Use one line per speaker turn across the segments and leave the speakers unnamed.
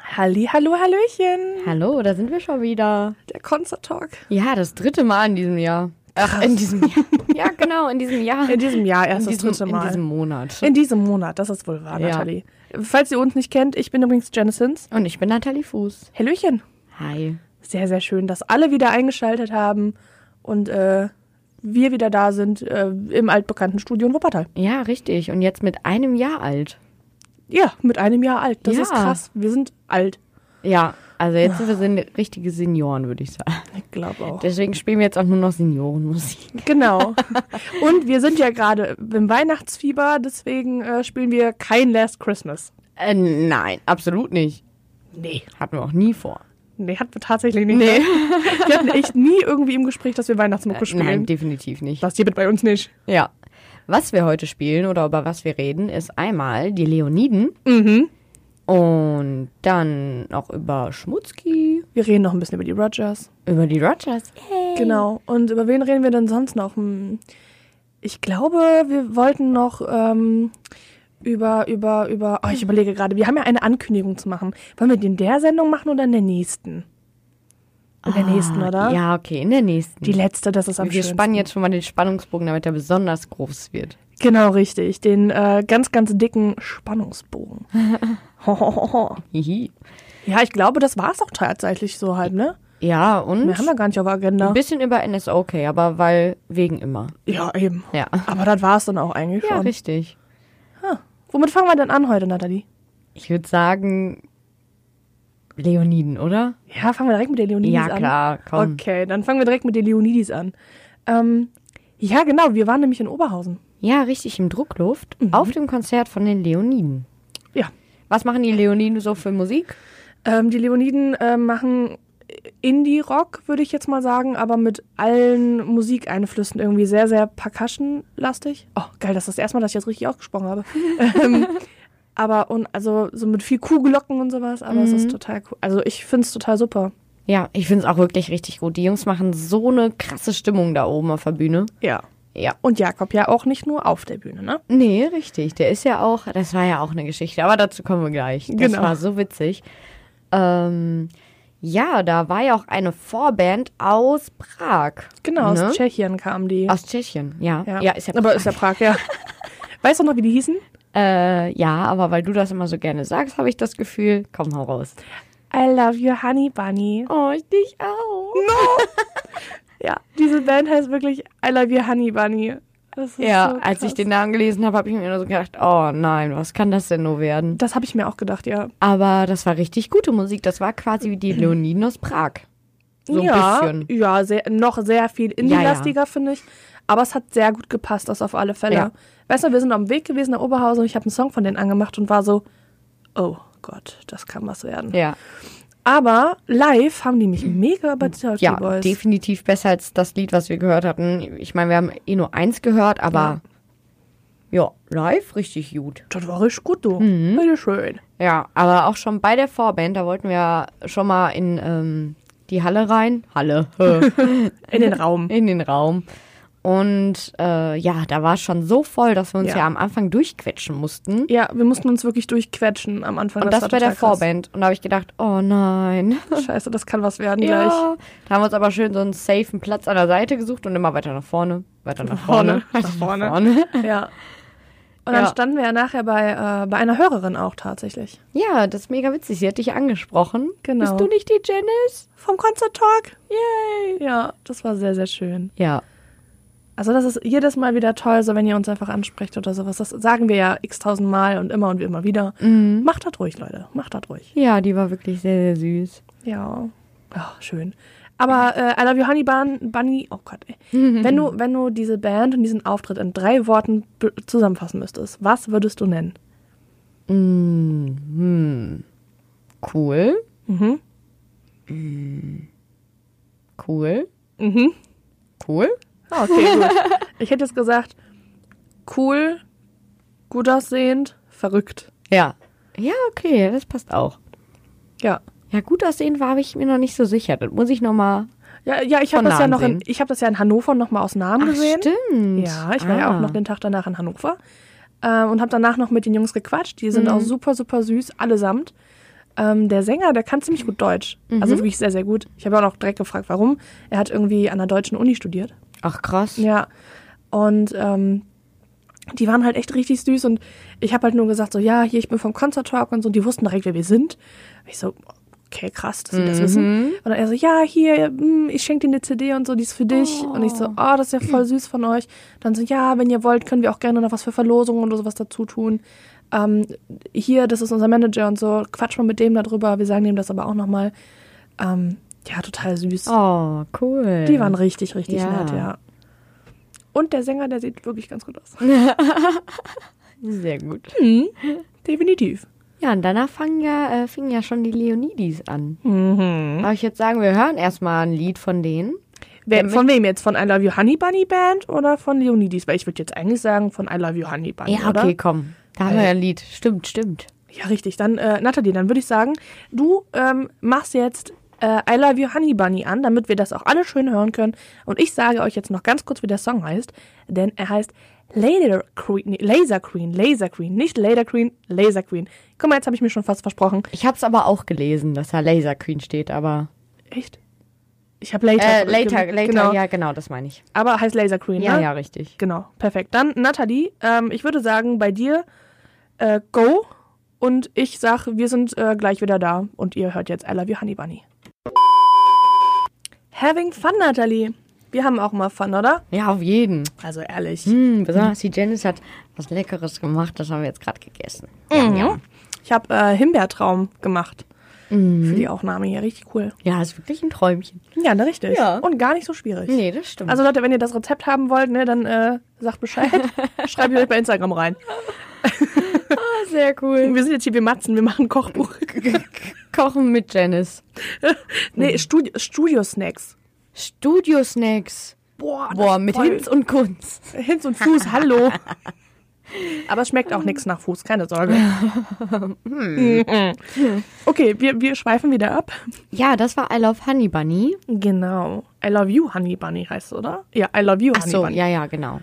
Halli, hallo, hallöchen.
Hallo, da sind wir schon wieder.
Der Concert Talk.
Ja, das dritte Mal in diesem Jahr. Ach, in diesem Jahr. Ja, genau, in diesem Jahr.
In diesem Jahr erst
in diesem,
das dritte
In
Mal.
diesem Monat.
In diesem Monat, das ist wohl wahr,
Ja.
Nathalie. Falls ihr uns nicht kennt, ich bin übrigens Jennisons.
Und ich bin Nathalie Fuß.
Hallöchen.
Hi.
Sehr, sehr schön, dass alle wieder eingeschaltet haben und äh, wir wieder da sind äh, im altbekannten Studio in Wuppertal.
Ja, richtig. Und jetzt mit einem Jahr alt.
Ja, mit einem Jahr alt. Das
Ja.
ist krass. Wir sind alt.
Ja, also jetzt sind wir sind richtige Senioren, würde ich sagen.
Ich glaube auch.
Deswegen spielen wir jetzt auch nur noch Seniorenmusik.
Genau. Und wir sind ja gerade im Weihnachtsfieber, deswegen äh, spielen wir kein Last Christmas.
Äh, nein, absolut nicht.
Nee.
Hatten wir auch nie vor.
Nee, hatten wir tatsächlich nicht. ne? Wir hatten echt nie irgendwie im Gespräch, dass wir Weihnachtsmucke spielen.
Äh, Nein, definitiv nicht.
das hier wird bei uns nicht.
Ja. Was wir heute spielen oder über was wir reden, ist einmal die Leoniden. Mhm. Und dann auch über Schmutzki,
Wir reden noch ein bisschen über die Rogers.
über die Rogers.
Genau. Und über wen reden wir denn sonst noch? Hm, Ich glaube, wir wollten noch ähm, über, über, über. Oh, ich überlege gerade, wir haben ja eine Ankündigung zu machen. Wollen wir die in der Sendung machen oder in der nächsten? In der nächsten, oder?
Ah, Ja, okay, in der nächsten.
Die letzte, das ist am
wir
schönsten.
spannen jetzt schon mal den Spannungsbogen, damit er besonders groß wird.
Genau, richtig. Den äh, ganz, ganz dicken Spannungsbogen. Hohoho.
Hihi.
ja, ich glaube, das war es auch tatsächlich so halt, ne?
Ja, und
Wir haben ja gar nicht auf der Agenda.
ein bisschen über NSOK, aber weil wegen immer.
Ja, eben.
Ja.
Aber das war es dann auch eigentlich
Ja,
schon.
richtig.
Womit fangen wir denn an heute, Nathalie?
Ich würde sagen Leoniden, oder?
Ja, fangen wir direkt mit der Leonidis
Ja,
an.
klar, komm.
Okay, dann fangen wir direkt mit der Leonidis an. Ähm, ja, genau, wir waren nämlich in Oberhausen.
Ja, richtig im Druckluft
Mhm.
auf dem Konzert von den Leoniden.
Ja.
Was machen die Leoniden so für Musik?
Ähm, die Leoniden äh, machen Indie-Rock, würde ich jetzt mal sagen, aber mit allen Musikeinflüssen irgendwie sehr, sehr Percussion-lastig. Oh, geil, das ist das erste Mal, dass ich das richtig ausgesprochen habe. ähm, aber, und also so mit viel Kuhglocken und sowas, aber es ist total cool. Also ich finde es total super.
Ja, ich finde es auch wirklich richtig gut. Die Jungs machen so eine krasse Stimmung da oben auf der Bühne.
Ja.
Ja.
Und Jakob ja auch nicht nur auf der Bühne, ne?
Nee, richtig. Der ist ja auch, das war ja auch eine Geschichte, aber dazu kommen wir gleich. Das
Genau.
war so witzig. Ähm, ja, da war ja auch eine Vorband aus Prag.
Genau,
ne?
aus Tschechien kamen die.
Aus Tschechien, ja. Ja, ist ja
Aber ist ja Prag, ja. weißt du noch, wie die hießen?
äh, ja, aber weil du das immer so gerne sagst, habe ich das Gefühl, komm, hau raus.
I love you, honey bunny.
Oh, ich dich auch.
Ja, diese Band heißt wirklich I love you, honey bunny. Das ist
Ja,
so
als
krass.
ich den Namen gelesen habe, habe ich mir nur so gedacht, oh nein, was kann das denn nur werden?
Das habe ich mir auch gedacht, ja.
Aber das war richtig gute Musik. Das war quasi die Leoniden aus Prag. So
ja,
ein bisschen.
Ja, sehr, noch sehr viel indie-lastiger, finde ich. Aber es hat sehr gut gepasst, das auf alle Fälle.
Ja.
Weißt du, wir sind am Weg gewesen nach Oberhausen und ich habe einen Song von denen angemacht und war so, oh Gott, das kann was werden.
Ja,
Aber live haben die mich mega überzeugt, die
ja
Boys.
definitiv besser als das Lied, was wir gehört hatten. Ich meine, wir haben eh nur eins gehört, aber ja, live richtig gut.
Das war richtig gut, du.
Mhm.
Bitte schön.
Ja, aber auch schon bei der Vorband, da wollten wir schon mal in ähm, die Halle rein. Halle.
In den Raum.
in den Raum. Und äh, ja, da war es schon so voll, dass wir uns
Ja.
ja, am Anfang durchquetschen mussten.
Ja, wir mussten uns wirklich durchquetschen am Anfang.
Und das,
war
bei der
total
Vorband. Und da habe ich gedacht, oh nein.
krass. Scheiße, das kann was werden gleich.
Ja. Da haben wir uns aber schön so einen safen Platz an der Seite gesucht und immer weiter nach vorne, weiter nach vorne,
Vorne, nach vorne.
vorne.
Ja. Und dann
Ja.
standen wir ja nachher bei, äh, bei einer Hörerin auch tatsächlich.
Ja, das ist mega witzig. Sie hat dich angesprochen.
Genau.
Bist du nicht die Janice?
Vom Concert Talk.
Yay.
Ja, das war sehr, sehr schön.
Ja.
Also das ist jedes Mal wieder toll, so wenn ihr uns einfach ansprecht oder sowas. Das sagen wir ja x-tausend Mal und immer und immer wieder.
Mhm.
Macht das ruhig, Leute. Macht das ruhig.
Ja, die war wirklich sehr, sehr süß.
Ja. Ach, schön. Aber äh, I love you, Honey Bun Bunny. Oh Gott, ey. wenn, du, wenn du diese Band und diesen Auftritt in drei Worten be- zusammenfassen müsstest, was würdest du nennen?
Cool.
Mhm.
Cool.
Mhm.
Cool.
Ah, Okay, gut. Ich hätte jetzt gesagt, cool, gut aussehend, verrückt.
Ja. Ja, okay, das passt auch.
Ja.
Ja, gut aussehen war ich mir noch nicht so sicher. Das muss ich nochmal.
Ja, ja ich habe
Von
das, ja
Nahen
noch in-
sehen.
ich hab das ja in Hannover nochmal aus Namen gesehen.
stimmt. Ah.
Ja, ich war ja auch noch den Tag danach in ähm,
Mhm.
Hannover äh, und habe danach noch mit den Jungs gequatscht. Die sind auch super, super süß, allesamt. Ähm, der Sänger, der kann ziemlich gut Deutsch.
Mhm.
Also wirklich sehr, sehr gut. Ich habe auch noch direkt gefragt, warum. Er hat irgendwie an der deutschen Uni studiert.
Ach krass.
Ja. Und ähm, die waren halt echt richtig süß und ich habe halt nur gesagt, so, ja, hier, ich bin vom Concert Talk und so. Und die wussten direkt, wer wir sind. Ich so, okay, krass, dass sie das wissen. Und dann er so, ja, hier, hm, ich schenke dir eine CD und so, die ist für dich. Und ich so, oh, das ist ja voll süß von euch. Dann so, ja, wenn ihr wollt, können wir auch gerne noch was für Verlosungen oder sowas dazu tun. Ähm, hier, das ist unser Manager und so, quatsch mal mit dem darüber, wir sagen dem das aber auch nochmal. Ähm, ja, total süß.
Oh, cool.
Die waren richtig, richtig
Ja.
nett, ja. Und der Sänger, der sieht wirklich ganz gut aus.
sehr gut.
Definitiv.
Ja, und danach fangen ja, äh, fingen ja schon die Leonidis an. Aber ich jetzt sagen, wir hören erstmal ein Lied von denen.
Wer, von wem jetzt? Von I Love You Honey Bunny Band oder von Leonidis? Weil ich würde jetzt eigentlich sagen von I Love You Honey Bunny,
Ja,
oder?
okay, komm. Da haben wir ja ein Lied. Stimmt, stimmt.
Ja, richtig. Dann, äh, Nathalie, dann würde ich sagen, du ähm, machst jetzt äh, I Love You Honey Bunny an, damit wir das auch alle schön hören können. Und ich sage euch jetzt noch ganz kurz, wie der Song heißt, denn er heißt Laser Queen, nee, Laser Queen, Laser Queen, nicht Laser Queen, Laser Queen. Guck mal, jetzt habe ich mir schon fast versprochen.
Ich hab's aber auch gelesen, dass da Laser Queen steht, aber.
Echt? Ich habe Later.
Äh, later, later,
genau.
ja, genau, das meine ich.
Aber heißt Laser Queen,
Ja,
ne?
ja, richtig.
Genau, perfekt. Dann, Nathalie, ähm, ich würde sagen, bei dir äh, go und ich sag, wir sind äh, gleich wieder da und ihr hört jetzt I Love You Honey Bunny. Having fun, Nathalie. Wir haben auch mal fun, oder?
Ja, auf jeden.
Also ehrlich.
Hm, besonders die Janice hat was Leckeres gemacht, das haben wir jetzt gerade gegessen. Ja, ja.
Ich habe äh, Himbeertraum gemacht
Mhm.
für die Aufnahme hier. Richtig cool.
ja, ist wirklich ein Träumchen.
Ja, ne, richtig.
Ja.
Und gar nicht so schwierig.
Nee, das stimmt.
Also Leute, wenn ihr das Rezept haben wollt, ne, dann äh, sagt Bescheid. Schreibt ihr euch bei Instagram rein.
Ah, sehr cool.
Wir sind jetzt hier, wir matzen, wir machen Kochbuch.
Kochen mit Janice.
nee, Studio, Studio Snacks.
Studio Snacks.
Boah, das
Boah,
ist
mit
voll-
Hinz und Kunst.
Hinz und Fuß, hallo. Aber es schmeckt auch nichts nach Fuß, keine Sorge. Mhm. okay, wir, wir schweifen wieder ab.
Ja, das war I Love Honey Bunny.
Genau. I love you, Honey Bunny heißt es, oder? Ja, I love you, Honey
Achso,
Bunny.
ja, ja, genau.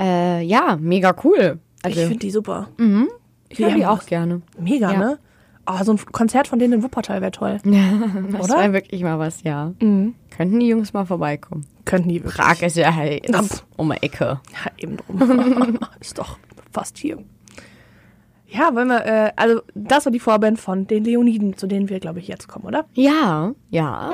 Äh, ja, mega cool.
Ich
Also,
finde die super.
ich höre
haben
die auch gerne.
Mega,
Ja.
ne? Oh, so ein Konzert von denen in Wuppertal wäre toll.
Das
Oder?
war wirklich mal was, ja. Könnten die Jungs mal vorbeikommen?
Könnten die wirklich.
Prag ist ja halt
Na,
ist um die Ecke.
Ja, eben drum. ist doch fast hier. Ja, wollen wir, äh, also das war die Vorband von den Leoniden, zu denen wir, glaube ich, jetzt kommen, oder?
Ja, Mhm. ja.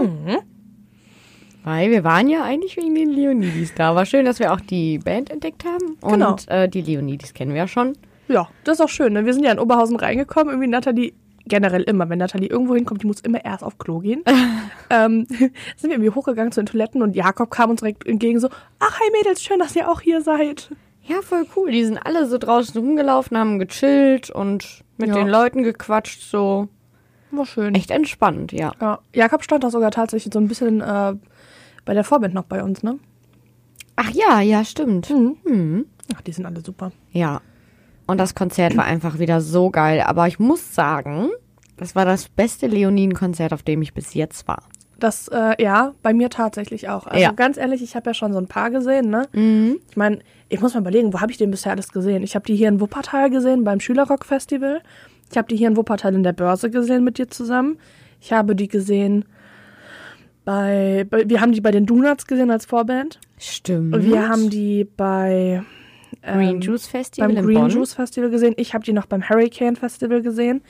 Weil wir waren ja eigentlich wegen den Leonidis da. War schön, dass wir auch die Band entdeckt haben. Und
Genau.
äh, die Leonidis kennen wir ja schon.
Ja, das ist auch schön. Ne? Wir sind ja in Oberhausen reingekommen. Irgendwie Nathalie, generell immer, wenn Nathalie irgendwo hinkommt, die muss immer erst auf Klo gehen. ähm, sind wir irgendwie hochgegangen zu den Toiletten und Jakob kam uns direkt entgegen so, ach, hi Mädels, schön, dass ihr auch hier seid.
Ja, voll cool. Die sind alle so draußen rumgelaufen, haben gechillt und mit
Ja.
den Leuten gequatscht. So
War schön.
echt entspannt, ja.
Ja, Jakob stand auch sogar tatsächlich so ein bisschen äh, bei der Vorband noch bei uns, ne?
Ach ja, ja, stimmt. Hm.
Ach, die sind alle super.
Ja. Und das Konzert war einfach wieder so geil. Aber ich muss sagen, das war das beste Leoniden-Konzert, auf dem ich bis jetzt war.
Das, äh, ja, bei mir tatsächlich auch. Also
Ja.
ganz ehrlich, ich habe ja schon so ein paar gesehen, ne? Ich meine, ich muss mal überlegen, wo habe ich denn bisher alles gesehen? Ich habe die hier in Wuppertal gesehen beim Schülerrock-Festival. Ich habe die hier in Wuppertal in der Börse gesehen mit dir zusammen. Ich habe die gesehen bei, bei wir haben die bei den Donuts gesehen als Vorband.
Stimmt.
Und wir haben die bei
Green Juice Festival
beim
in
Green
Bonn.
Juice Festival gesehen. Ich habe die noch beim Hurricane Festival gesehen.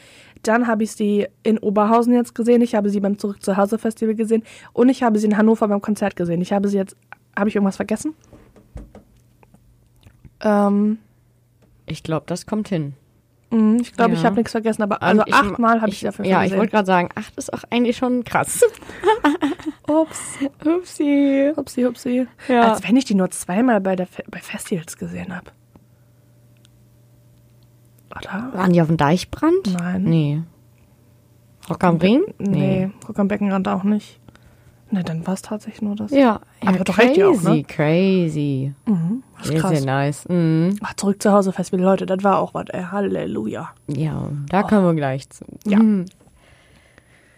Dann habe ich sie in Oberhausen jetzt gesehen. Ich habe sie beim Zurück zu Hause Festival gesehen. Und ich habe sie in Hannover beim Konzert gesehen. Ich habe sie jetzt. Habe ich irgendwas vergessen? Ähm,
Ich glaube, das kommt hin.
mh, ich glaube,
Ja.
ich habe nichts vergessen. Aber also
Und ich-
achtmal habe ich, sie dafür
Ja, ich
gesehen.
wollte gerade sagen, acht ist auch eigentlich schon krass.
Ups,
Upsi.
upsi, upsi.
Ja.
Als wenn ich die nur zweimal bei, der Fe bei Festivals gesehen habe. Oder?
Waren die auf dem Deichbrand?
Nein.
Nee. Rock am Ring?
Nee, Rück am Beckenrand auch nicht. Ne, dann war es tatsächlich nur das.
Ja, ja
Aber doch
crazy,
reicht ja auch, ne?
crazy.
Das ist
Sehr,
krass.
sehr nice. Mhm.
Ach, zurück zu Hause Festival, Leute, das war auch was. Ey, Halleluja.
Ja, da kommen wir gleich zu.
Ja.
Mhm.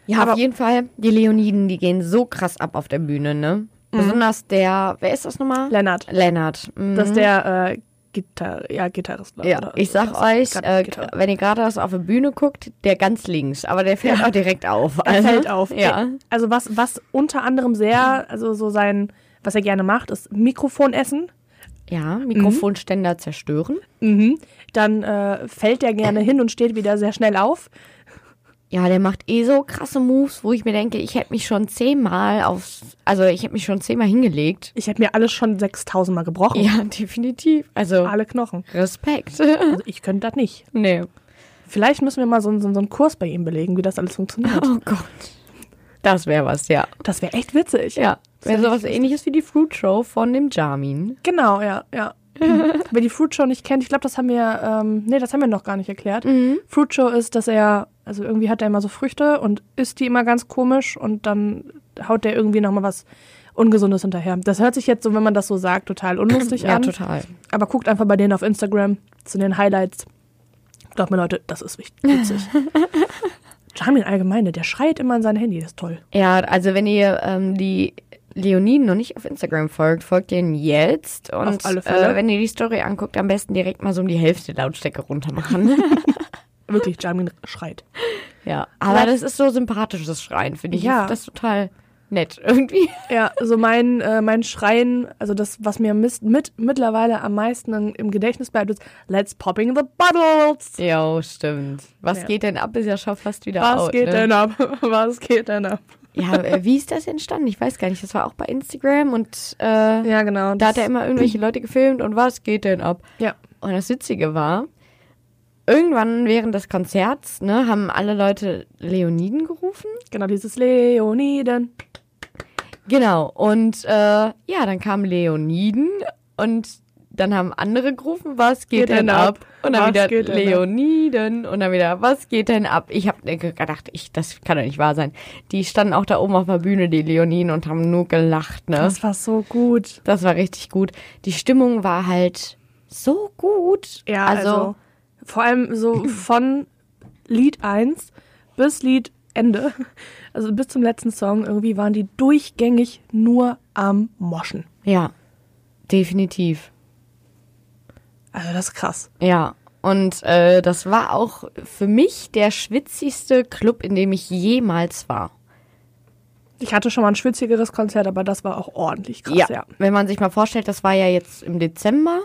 Ja,
Aber-
auf jeden Fall, die Leoniden, die gehen so krass ab auf Mhm. der Bühne, ne? Besonders der, wer ist das nochmal?
Lennart,
Lennart. Mhm.
das ist der äh, Gitar ja, Gitarrist war.
Ja,
oder
ich sag
das-
euch,
Gra-
äh,
Gitarre.
wenn ihr gerade das auf der Bühne guckt, der ganz links, aber der fällt auch direkt auf.
Er
Also,
fällt auf.
Ja.
Also was, was unter anderem sehr, also so sein, was er gerne macht, ist Mikrofon essen.
Ja, Mikrofonständer zerstören.
Mhm. Dann äh, fällt er gerne hin und steht wieder sehr schnell auf.
Ja, der macht eh so krasse Moves, wo ich mir denke, ich hätte mich schon zehnmal aufs, also ich hätte mich schon zehnmal hingelegt.
Ich hätte mir alles schon 6000 Mal gebrochen.
Ja, definitiv. Also
Alle Knochen.
Respekt.
Also ich könnte das nicht.
nee.
Vielleicht müssen wir mal so, einen- so, einen- so einen Kurs bei ihm belegen, wie das alles funktioniert.
Oh Gott. Das wäre was, ja.
Das wäre echt witzig.
Ja. Wäre
Sehr
sowas ähnliches wie die Fruit Show von dem Jamin.
Genau, ja, ja. Mhm. Wer die Fruit Show nicht kennt, ich glaube, das haben wir, ähm, nee, das haben wir noch gar nicht erklärt. Fruit Show ist, dass er, also irgendwie hat er immer so Früchte und isst die immer ganz komisch und dann haut der irgendwie nochmal was Ungesundes hinterher. Das hört sich jetzt so, wenn man das so sagt, total unlustig
Ja,
an.
total.
Aber guckt einfach bei denen auf Instagram zu den Highlights. Glaubt mir, Leute, das ist wichtig- witzig. Jamin allgemeine, der schreit immer in sein Handy, das ist toll.
Ja, also wenn ihr ähm, die Leoniden noch nicht auf Instagram folgt, folgt ihr ihnen jetzt. Und
Auf alle Fälle.
Äh, wenn ihr die Story anguckt, am besten direkt mal so um die Hälfte Lautstärke runter machen.
Wirklich, Jamin schreit.
ja. Aber das ist so sympathisch, das Schreien, finde ich.
Ja.
Das ist total nett irgendwie.
Ja, so mein, äh, mein Schreien, also das, was mir mis- mit, mittlerweile am meisten in, im Gedächtnis bleibt, ist Let's popping the bottles.
Ja, stimmt. Was
Ja.
geht denn ab? Ist ja schon fast wieder
Was
out,
geht
ne?
denn ab? Was geht denn ab?
Ja, äh, wie ist das entstanden? Ich weiß gar nicht. Das war auch bei Instagram und äh,
Ja, genau.
da hat er immer irgendwelche Leute gefilmt und was geht denn ab?
ja.
Und das Witzige war, irgendwann während des Konzerts ne, haben alle Leute Leoniden gerufen.
Genau, dieses Leoniden.
Genau. Und äh, ja, dann kamen Leoniden und dann haben andere gerufen, was geht, denn ab? Und dann
Was
wieder
geht denn ab?
Leoniden und dann wieder, was geht denn ab? Ich habe gedacht, ich, das kann doch nicht wahr sein. Die standen auch da oben auf der Bühne, die Leoniden, und haben nur gelacht, ne?
Das war so gut.
Das war richtig gut. Die Stimmung war halt so gut.
Ja, also, vor allem so von Lied 1 bis Lied Ende, also bis zum letzten Song, irgendwie waren die durchgängig nur am Moschen.
ja, definitiv.
Also das ist krass.
Ja. Und äh, das war auch für mich der schwitzigste Club, in dem ich jemals war.
Ich hatte schon mal ein schwitzigeres Konzert, aber das war auch ordentlich krass, ja. Mhm.
Wenn man sich mal vorstellt, das war ja jetzt im Dezember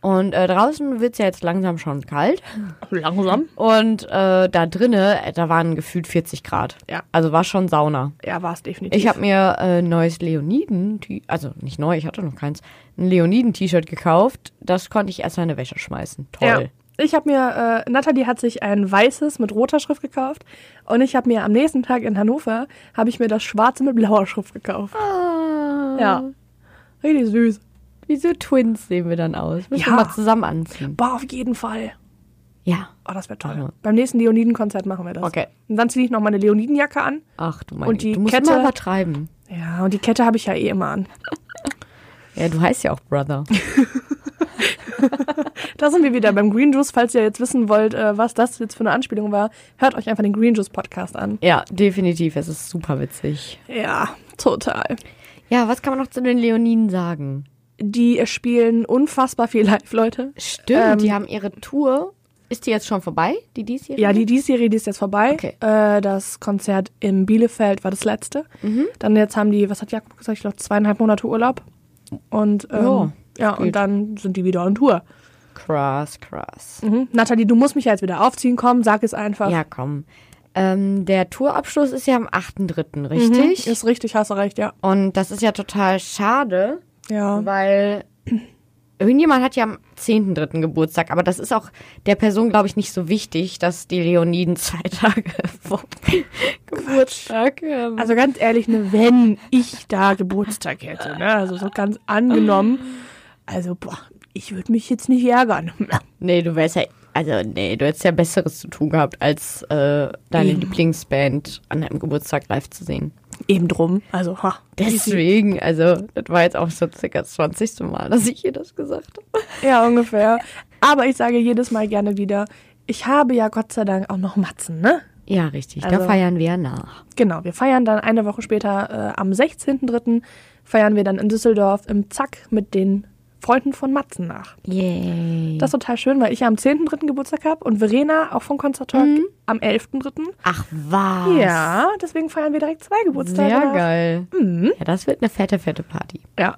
und äh, draußen wird's ja jetzt langsam schon kalt.
Langsam?
Und äh, da drinnen, äh, da waren gefühlt 40 Grad.
Ja.
Also war schon Sauna.
Ja, war es definitiv.
Ich habe mir äh, ein neues Leoniden, also nicht neu, ich hatte noch keins, ein Leoniden-T-Shirt gekauft. Das konnte ich erst in meine Wäsche schmeißen.
ja.
Toll.
Ich habe mir, äh, Nathalie hat sich ein weißes mit roter Schrift gekauft und ich habe mir am nächsten Tag in Hannover, habe ich mir das schwarze mit blauer Schrift gekauft. Ja. Richtig süß.
Wie so Twins sehen wir dann aus. Müssen
Ja.
wir mal zusammen anziehen.
Boah, auf jeden Fall.
Ja.
Oh, das wäre toll.
Ja.
Beim nächsten Leoniden-Konzert machen wir das.
Okay.
Und dann ziehe ich noch meine Leonidenjacke an.
Ach du meine,
Und die
du musst
Kette-
immer übertreiben.
Ja, und die Kette habe ich ja eh immer an.
Ja, du heißt ja auch Brother.
Da sind wir wieder beim Green Juice. Falls ihr jetzt wissen wollt, äh, was das jetzt für eine Anspielung war, hört euch einfach den Green Juice Podcast an.
ja, definitiv. Es ist super witzig.
Ja, total.
Ja, was kann man noch zu den Leoniden sagen?
Die spielen unfassbar viel live, Leute.
Stimmt, die haben ihre Tour. Ist die jetzt schon vorbei? Die diesjährige?
Ja, die diesjährige, die ist jetzt vorbei.
Okay.
Äh, das Konzert in Bielefeld war das letzte. Dann jetzt haben die, was hat Jakob gesagt? Ich glaube, zweieinhalb Monate Urlaub. Und ähm, ja, und
geht.
dann sind die wieder on Tour.
Krass, krass.
Mhm. Nathalie, du musst mich ja jetzt wieder aufziehen. Komm, sag es einfach.
Ja, komm. Ähm, der Tourabschluss ist ja am 8.3., richtig?
Mhm. Ist richtig, hast du recht, ja.
Und das ist ja total schade,
Ja.
weil irgendjemand hat ja am 10.3. Geburtstag, aber das ist auch der Person, glaube ich, nicht so wichtig, dass die Leoniden zwei Tage vor Geburtstag haben.
Also ganz ehrlich, ne, wenn ich da Geburtstag hätte, ne, also so ganz angenommen, also boah, ich würde mich jetzt nicht ärgern.
Nee, du wärst ja, also nee, du hättest ja Besseres zu tun gehabt, als äh, deine
Eben.
Lieblingsband an deinem Geburtstag live zu sehen.
Eben drum, also ha.
Deswegen, also, das war jetzt auch so circa das 20. Mal, dass ich ihr das gesagt habe.
Ja, ungefähr. Aber ich sage jedes Mal gerne wieder, ich habe ja Gott sei Dank auch noch Matzen, ne?
Ja, richtig.
Also-
da feiern wir ja nach.
Genau, wir feiern dann eine Woche später, äh, am 16.03. feiern wir dann in Düsseldorf im Zack mit den Freunden von Matzen nach.
Yay.
Das ist total schön, weil ich ja am 10.3. Geburtstag habe und Verena auch von Konzerttalk am 11.3.
Ach, was.
Ja, deswegen feiern wir direkt zwei Geburtstage.
Sehr
nach.
geil.
Mhm.
Ja, das wird eine fette, fette Party.
Ja.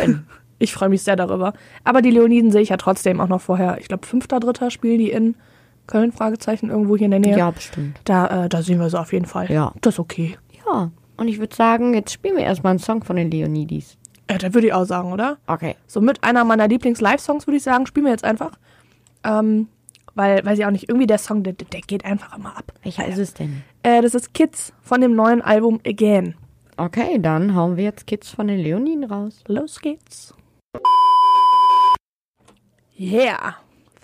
Schön. Ich freue mich sehr darüber. Aber die Leoniden sehe ich ja trotzdem auch noch vorher. Ich glaube, 5.3. spielen die in Köln, Fragezeichen, irgendwo hier in der Nähe.
bestimmt.
Da, äh, da sehen wir sie auf jeden Fall.
Ja.
Das ist okay.
Ja. Und ich würde sagen, jetzt spielen wir erstmal einen Song von den Leonidis.
Ja, da würde ich auch sagen, oder?
Okay.
So mit einer meiner Lieblings-Live-Songs, würde ich sagen, spielen wir jetzt einfach. Ähm, weil, weiß ich auch nicht, irgendwie der Song, der, der geht einfach immer ab.
Welcher ist es denn?
Äh, das ist Kids von dem neuen Album Again.
Okay, dann hauen wir jetzt Kids von den Leoniden raus.
Los geht's. Yeah.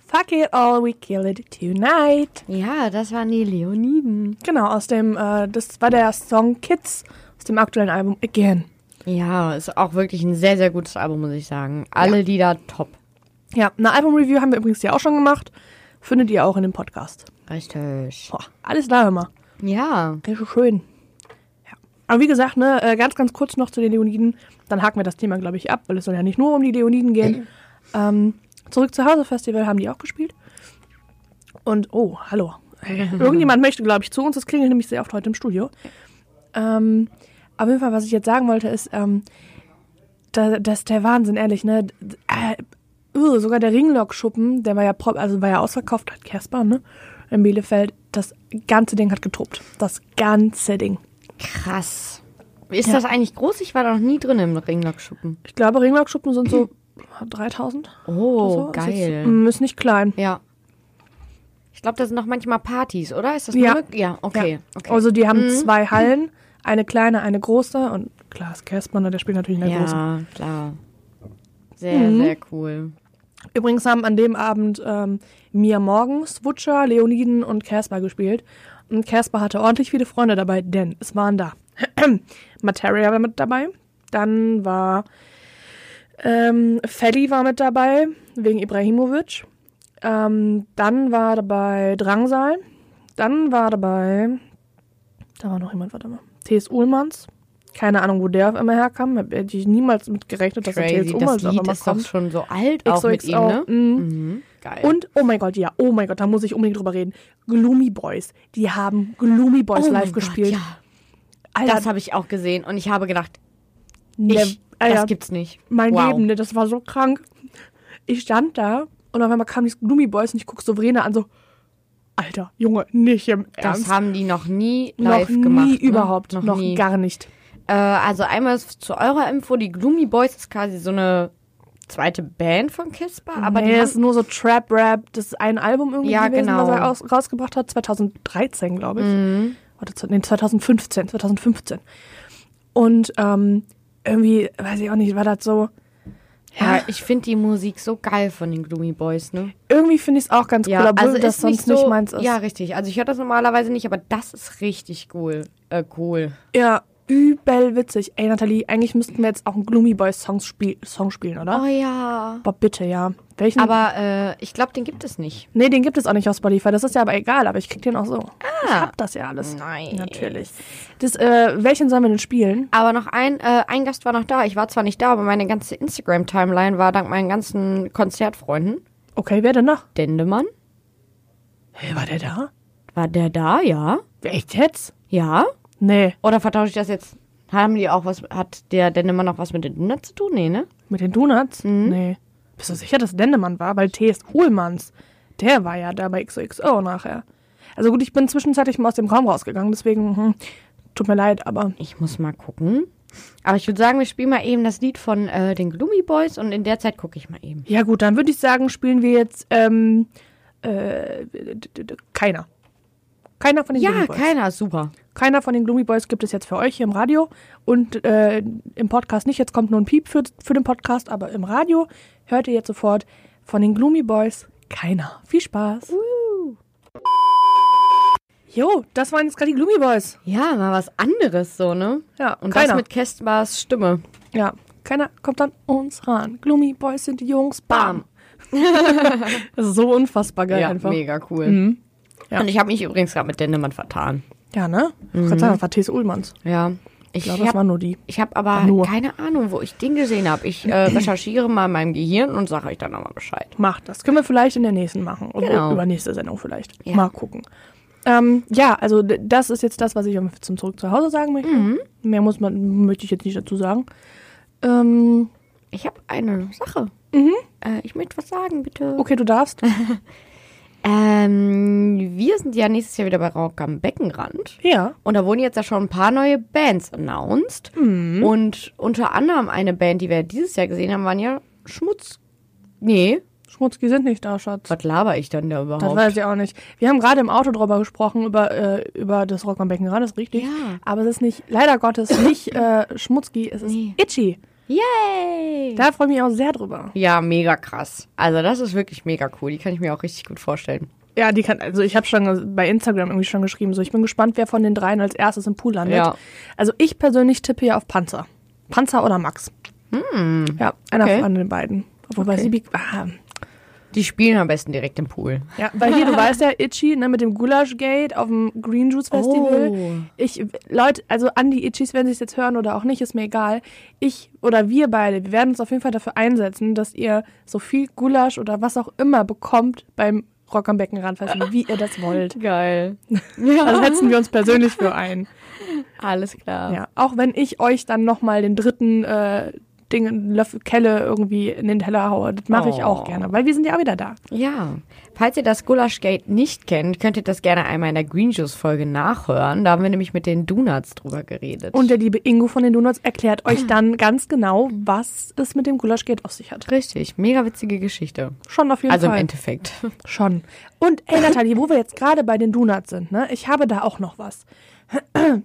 Fuck it all, we kill it tonight.
Ja, das waren die Leoniden.
Genau, aus dem, äh, das war der Song Kids aus dem aktuellen Album Again.
Ja, ist auch wirklich ein sehr, sehr gutes Album, muss ich sagen. Alle Lieder top.
Ja, eine Album-Review haben wir übrigens ja auch schon gemacht. Findet ihr auch in dem Podcast.
Richtig.
Boah, alles da immer.
Ja.
Richtig schön. Ja. Aber wie gesagt, ne, äh, ganz, ganz kurz noch zu den Leoniden. Dann haken wir das Thema, glaube ich, ab, weil es soll ja nicht nur um die Leoniden gehen. ähm, Zurück zu Hause Festival haben die auch gespielt. Und, oh, hallo. Irgendjemand möchte, glaube ich, zu uns. Das klingelt nämlich sehr oft heute im Studio. Ähm, auf jeden Fall, was ich jetzt sagen wollte, ist, ähm, da, das ist der Wahnsinn, ehrlich, ne? D- Äh, uh, sogar der Ringlock-Schuppen, der war ja, prop- also war ja ausverkauft, hat Casper, ne? In Bielefeld. Das ganze Ding hat getobt. Das ganze Ding.
Krass. Ist das eigentlich groß? Ich war da noch nie drin im Ringlockschuppen.
Ich glaube, Ringlock-Schuppen sind so 3000.
Oh,
so. Ist,
geil.
jetzt, mm, ist nicht klein.
Ja. Ich glaube, da sind noch manchmal Partys, oder? Ist das
Ja.
möglich? Ja, okay. okay. Mhm.
Also die haben zwei Hallen, eine kleine, eine große und klar ist Casper, ne, der spielt natürlich in der großen.
ja, klar. Sehr,
Mhm.
sehr cool.
Übrigens haben an dem Abend ähm, Mia Morgens, Wutscher, Leoniden und Casper gespielt. Und Casper hatte ordentlich viele Freunde dabei, denn es waren da Materia war mit dabei, dann war ähm, Feli war mit dabei, wegen Ibrahimovic. Ähm, dann war dabei Drangsal, dann war dabei, da war noch jemand, warte mal, T.S. Uhlmanns. Keine Ahnung, wo der auf einmal herkam. Hab- Hätte ich niemals mit gerechnet, dass der
Crazy.
T.S.
Das
Uhlmanns auf
Lied
einmal
ist doch
kommt.
schon so alt auch mit ihm, ne?
Mhm.
Mhm. Geil.
Und, oh mein Gott, ja, oh mein Gott, da muss ich unbedingt drüber reden. Gloomy Boys. Die haben Gloomy Boys
Oh mein
live
Gott,
gespielt.
Ja,
Alter,
das habe ich auch gesehen und ich habe gedacht,
ne-
ich,
Alter,
das gibt's nicht.
mein
wow.
Leben, ne, das war so krank. Ich stand da und auf einmal kamen die Gloomy Boys und ich guck Souveräne an, so, Alter, Junge, nicht im
Das
Ernst.
haben die noch nie
noch
live gemacht.
nie
ne?
überhaupt, noch,
nie.
gar nicht.
Äh, also einmal ist zu eurer Info, die Gloomy Boys ist quasi so eine zweite Band von Kisper, aber
nee,
die
das ist
haben,
nur so Trap Rap, das ist ein Album irgendwie
Ja,
gewesen,
genau.
was
Mhm.
er aus, rausgebracht hat, 2013, glaube ich. Oder zu- nee, 2015, 2015. Und ähm, irgendwie, weiß ich auch nicht, war das so. Ja,
ja, ich finde die Musik so geil von den Gloomy Boys, ne?
irgendwie finde ich es auch ganz cool,
Ja, also
obwohl das
ist
sonst
nicht, so,
nicht meins ist.
Ja, richtig. Also ich höre das normalerweise nicht, aber das ist richtig cool. Äh, cool.
Ja, übel witzig. Ey, Nathalie, eigentlich müssten wir jetzt auch einen Gloomy Boys Song, spiel Song spielen, oder?
Oh ja.
Aber bitte, ja. Welchen?
Aber äh, ich glaube, den gibt es nicht.
nee, den gibt es auch nicht auf Spotify. Das ist ja aber egal, aber ich krieg den auch so. Ich hab das ja alles.
Ah. Nice.
Natürlich. Das, äh, welchen sollen wir denn spielen?
Aber noch ein, äh, ein Gast war noch da. Ich war zwar nicht da, aber meine ganze Instagram-Timeline war dank meinen ganzen Konzertfreunden.
Okay, wer denn noch?
Dendemann,
Hey, war der da?
war der da? Ja.
Echt jetzt?
Ja.
Nee,
Oder vertausche ich das jetzt? Haben die auch was, hat der Dendemann auch was mit den Donuts zu tun? Nee, ne?
mit den Donuts?
Mhm.
Nee. Bist du sicher, dass Dendemann war? Weil T.S. Uhlmanns, der war ja da bei XOXO nachher. Also gut, ich bin zwischenzeitlich mal aus dem Raum rausgegangen, deswegen hm, tut mir leid, aber
Ich muss mal gucken. Aber ich würde sagen, wir spielen mal eben das Lied von äh, den Gloomy Boys und in der Zeit gucke ich mal eben.
ja gut, dann würde ich sagen, spielen wir jetzt ähm, äh, d- d- d- keiner. Keiner von den
Ja,
Gloomy Boys.
keiner ist super.
Keiner von den Gloomy Boys gibt es jetzt für euch hier im Radio und äh, im Podcast nicht. Jetzt kommt nur ein Piep für, für den Podcast, aber im Radio hört ihr jetzt sofort von den Gloomy Boys keiner. Viel Spaß. Jo, das waren jetzt gerade die Gloomy Boys.
Ja, mal was anderes so, ne?
Ja,
Und
keiner.
das mit Kästbars Stimme.
ja, keiner kommt an uns ran. Gloomy Boys sind die Jungs. Bam. Das ist so unfassbar geil
Ja,
einfach.
mega cool.
Ja.
Und ich habe mich übrigens gerade mit Dendemann vertan.
Mhm. Ja, ne? Ich wollte sagen, das war T.S. Ullmanns.
Ja.
Ich glaube,
hab-
das waren nur die.
Ich habe aber
Nur.
keine Ahnung, wo ich den gesehen habe. Ich äh, recherchiere mal in meinem Gehirn und sage euch dann nochmal Bescheid.
Macht das. Können wir vielleicht in der nächsten machen. Oder
Genau.
übernächste Sendung vielleicht.
Ja.
Mal gucken. Ähm, ja, also d- das ist jetzt das, was ich um, zum Zurück zu Hause sagen möchte.
Mhm.
Mehr muss man, möchte ich jetzt nicht dazu sagen. Ähm,
Ich habe eine Sache. Äh, ich möchte was sagen, bitte.
Mhm. okay, du darfst.
Ähm, wir sind ja nächstes Jahr wieder bei Rock am Beckenrand.
Ja.
Und da wurden jetzt ja schon ein paar neue Bands announced. Und unter anderem eine Band, die wir dieses Jahr gesehen haben, waren ja Schmutz. Nee,
Schmutzki sind nicht da, Schatz.
was laber ich denn da
Das
überhaupt?
weiß ich auch nicht. Wir haben gerade im Auto drüber gesprochen, über, äh, über das Rock am Beckenrand, das ist richtig.
Ja.
Aber es ist nicht, leider Gottes, nicht äh, Schmutzki, es ist
Nee.
Itchy.
Yay!
Da freue ich mich auch sehr drüber.
ja, mega krass. Also das ist wirklich mega cool. Die kann ich mir auch richtig gut vorstellen.
Ja, die kann, also ich habe schon bei Instagram irgendwie schon geschrieben, so ich bin gespannt, wer von den dreien als erstes im Pool landet.
Ja.
Also ich persönlich tippe ja auf Panzer. Panzer oder Max. Ja, einer
Hm. okay.
von den beiden. Wobei
Okay.
Sibi, ah,
Die spielen am besten direkt im Pool.
ja, weil hier, du weißt ja, Itchy, ne, mit dem Gulaschgate auf dem Green Juice Festival.
Oh.
Ich, Leute, also an die Itchies, wenn sie es jetzt hören oder auch nicht, ist mir egal. Ich oder wir beide, wir werden uns auf jeden Fall dafür einsetzen, dass ihr so viel Gulasch oder was auch immer bekommt beim Rock am Beckenrand Festival, wie ihr das wollt.
Geil. Ja.
Da Also setzen wir uns persönlich für ein.
Alles klar.
Ja, auch wenn ich euch dann nochmal den dritten äh, Ding, Löffel, Kelle irgendwie in den Teller haue. Das mache ich
Oh.
auch gerne, weil wir sind ja auch wieder da.
Ja. Falls ihr das Gulaschgate nicht kennt, könnt ihr das gerne einmal in der Green Juice Folge nachhören. Da haben wir nämlich mit den Donuts drüber geredet.
Und der liebe Ingo von den Donuts erklärt
Hm.
euch dann ganz genau, was es mit dem Gulaschgate auf sich hat.
richtig, mega witzige Geschichte.
Schon auf jeden
Also im
Fall.
Endeffekt.
Schon. Und ey, Nathalie, wo wir jetzt gerade bei den Donuts sind, ne? Ich habe da auch noch was.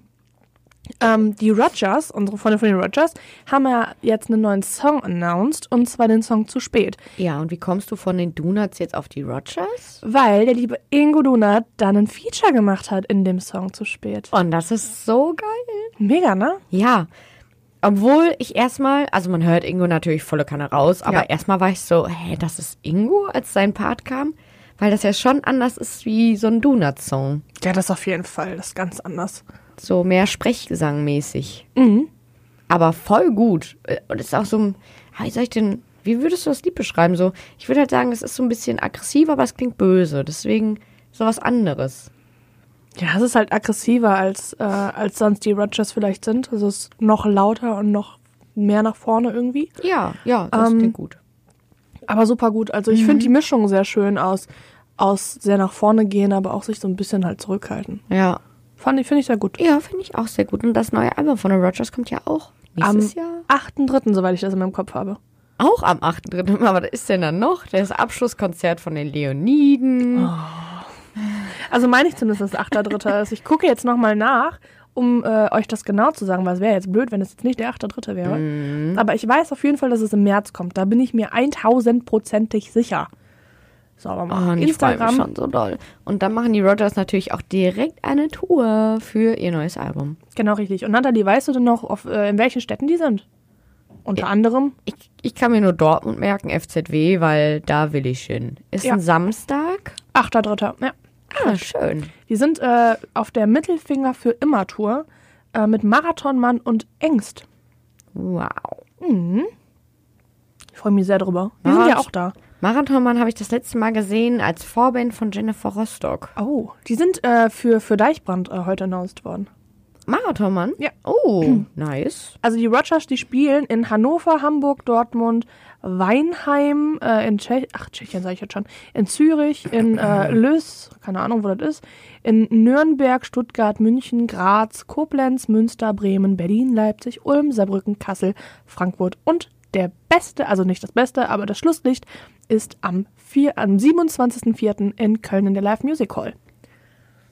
ähm, die Rogers, unsere Freunde von den Rogers, haben ja jetzt einen neuen Song announced und zwar den Song zu spät.
Ja, und wie kommst du von den Donuts jetzt auf die Rogers?
Weil der liebe Ingo Donat dann ein Feature gemacht hat in dem Song zu spät.
Oh, Und das ist so geil.
Mega, ne?
Ja. Obwohl ich erstmal, also man hört Ingo natürlich volle Kanne raus, aber
Ja.
erstmal war ich so, hä, das ist Ingo, als sein Part kam? Weil das ja schon anders ist wie so ein Donut-Song.
Ja, das auf jeden Fall. Das ist ganz anders.
so mehr Sprechgesang mäßig. Aber voll gut. Äh, Und es ist auch so ein, ah, wie soll ich denn, wie würdest du das Lied beschreiben? So, ich würde halt sagen, es ist so ein bisschen aggressiv, aber es klingt böse. Deswegen sowas anderes.
Ja, es ist halt aggressiver als, äh, als sonst die Rogers vielleicht sind. Also es ist noch lauter und noch mehr nach vorne irgendwie.
Ja, ja, das
Ähm,
klingt gut.
Aber super gut. Also ich finde die Mischung sehr schön aus, aus sehr nach vorne gehen, aber auch sich so ein bisschen halt zurückhalten.
Ja.
Fand ich, finde ich sehr gut.
Ja, finde ich auch sehr gut. Und das neue Album von den Rogers kommt ja auch
Am
nächstes Jahr.
8.3., soweit ich das in meinem Kopf habe.
Auch am 8.3. Aber was ist denn dann noch? Das Abschlusskonzert von den Leoniden.
Also meine ich zumindest, dass es 8.3. ist. Ich gucke jetzt nochmal nach, um äh, euch das genau zu sagen, weil es wäre jetzt blöd, wenn es jetzt nicht der 8.3. wäre.
Mhm.
Aber ich weiß auf jeden Fall, dass es im März kommt. Da bin ich mir 1000%ig sicher. So, aber
Oh,
mal
und ich freue mich
Instagram.
schon so doll. Und dann machen die Rogers natürlich auch direkt eine Tour für ihr neues Album.
Genau richtig. Und Nathalie, weißt du denn noch, auf, äh, in welchen Städten die sind? Unter anderem?
Ich, ich kann mir nur Dortmund merken, FZW, weil da will ich hin. Ist
Ja.
ein Samstag.
8.3. Ja.
Ah, schön.
Die sind äh, auf der Mittelfinger für immer Tour äh, mit Marathonmann und Ängst.
Wow.
Ich freue mich sehr drüber. Die sind
Ah,
ja auch da.
Marathonmann habe ich das letzte Mal gesehen als Vorband von Jennifer Rostock.
Oh, die sind äh, für, für Deichbrand äh, heute announced worden.
Marathonmann?
Ja.
Oh, nice.
Also die Rogers, die spielen in Hannover, Hamburg, Dortmund, Weinheim, äh, in Tschech ach, Tschechien sage ich jetzt schon, in Zürich, in äh, Lös, keine Ahnung, wo das ist, in Nürnberg, Stuttgart, München, Graz, Koblenz, Münster, Bremen, Berlin, Leipzig, Ulm, Saarbrücken, Kassel, Frankfurt und der beste, also nicht das beste, aber das Schlusslicht ist am, vier- am 27.04. in Köln in der Live Music Hall.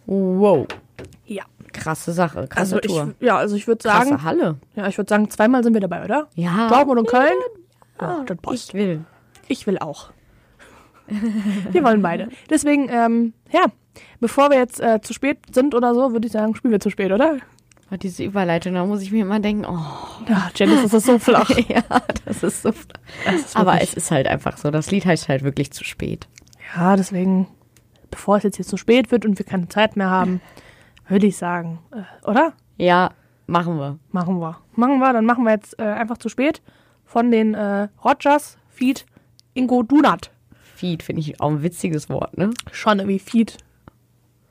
Wow.
Ja,
Krasse Sache. Krasse
also ich,
Tour.
ja, also ich würde
Krasse
sagen,
Halle.
ja, ich würde sagen, zweimal sind wir dabei, oder?
Ja.
Dortmund und Köln? Ja, das passt.
Ich will.
Ich will auch. wir wollen beide. Deswegen, ähm, ja, bevor wir jetzt äh, zu spät sind oder so, würde ich sagen, spielen wir zu spät, oder?
Oh, diese Überleitung, da muss ich mir immer denken, oh,
Ja, Janice, das ist so flach.
ja, das ist so. Aber es ist halt einfach so. Das Lied heißt halt wirklich zu spät.
Ja, deswegen, bevor es jetzt hier zu spät wird und wir keine Zeit mehr haben, würde ich sagen, äh, oder?
Ja, Machen wir.
Machen wir. Machen wir, dann machen wir jetzt äh, einfach zu spät von den äh, Rogers Feed Ingo Dunat.
Feed finde ich auch ein witziges Wort, ne?
Schon irgendwie Feed.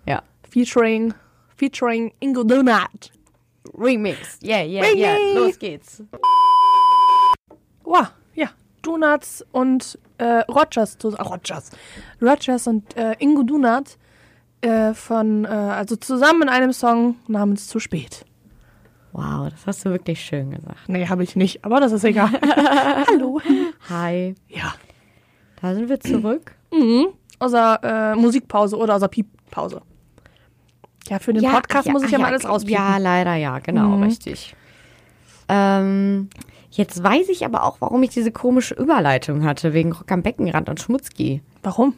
Ja.
Featuring, featuring Ingo Dunat.
Remix. Yeah, yeah,
Remix.
yeah. Los geht's.
Wow, ja. Donuts und äh, Rogers, zus- ah, Rogers. Rogers und äh, Ingo Dunat äh, von, äh, also zusammen in einem Song namens Zu spät.
Wow, das hast du wirklich schön gesagt.
Nee, habe ich nicht, aber das ist egal. Hallo.
Hi.
Ja.
Da sind wir zurück.
Mhm. Außer äh, Musikpause oder außer Pieppause. Ja, für den Podcast muss ich ja, mal alles rauspiepen.
Ja, leider ja, genau, richtig. Ähm, jetzt weiß ich aber auch, warum ich diese komische Überleitung hatte, wegen Rock am Beckenrand und Schmutzki.
Warum?